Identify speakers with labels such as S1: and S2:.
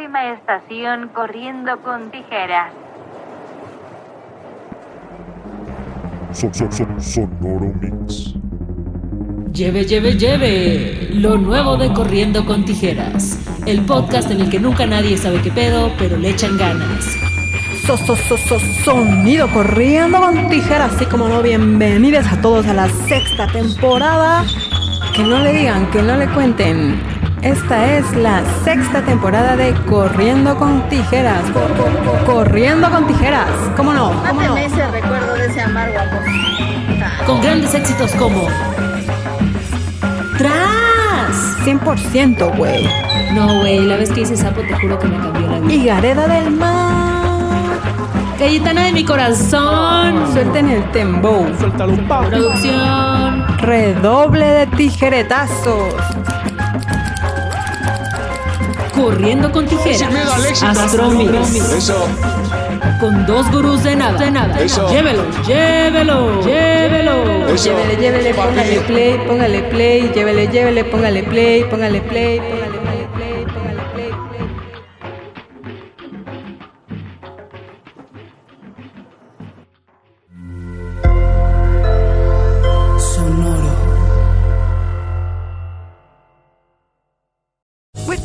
S1: misma estación corriendo con tijeras.
S2: Son, son, son, sonoro Mix.
S3: Lleve, lleve, lleve. Lo nuevo de Corriendo con Tijeras. El podcast en el que nunca nadie sabe qué pedo, pero le echan ganas.
S4: So, so, so, so- sonido corriendo con tijeras, así como no, bienvenidos a todos a la sexta temporada. Que no le digan, que no le cuenten. Esta es la sexta temporada de Corriendo con Tijeras. Cor- cor- cor- Corriendo con Tijeras. ¿Cómo no? ¿Cómo no?
S5: Máteme ese recuerdo de ese amargo amor.
S3: Con grandes éxitos como. ¡Tras!
S4: 100%, güey.
S3: No, güey, la vez que hice sapo te juro que me cambió la vida.
S4: Y Gareda del Mar.
S3: Cayetana de mi corazón.
S4: Suelten el tembo.
S3: Producción.
S4: Redoble de tijeretazos.
S3: Corriendo con tijeras. Astromix.
S6: Eso,
S3: Con dos gurús de nada. De nada.
S6: Eso.
S3: Llévelo, llévelo, llévelo.
S6: eso.
S4: Llévele, llévele, póngale play, póngale play, llévele, llévele, póngale play, póngale play, póngale play, play, póngale play. play.
S7: With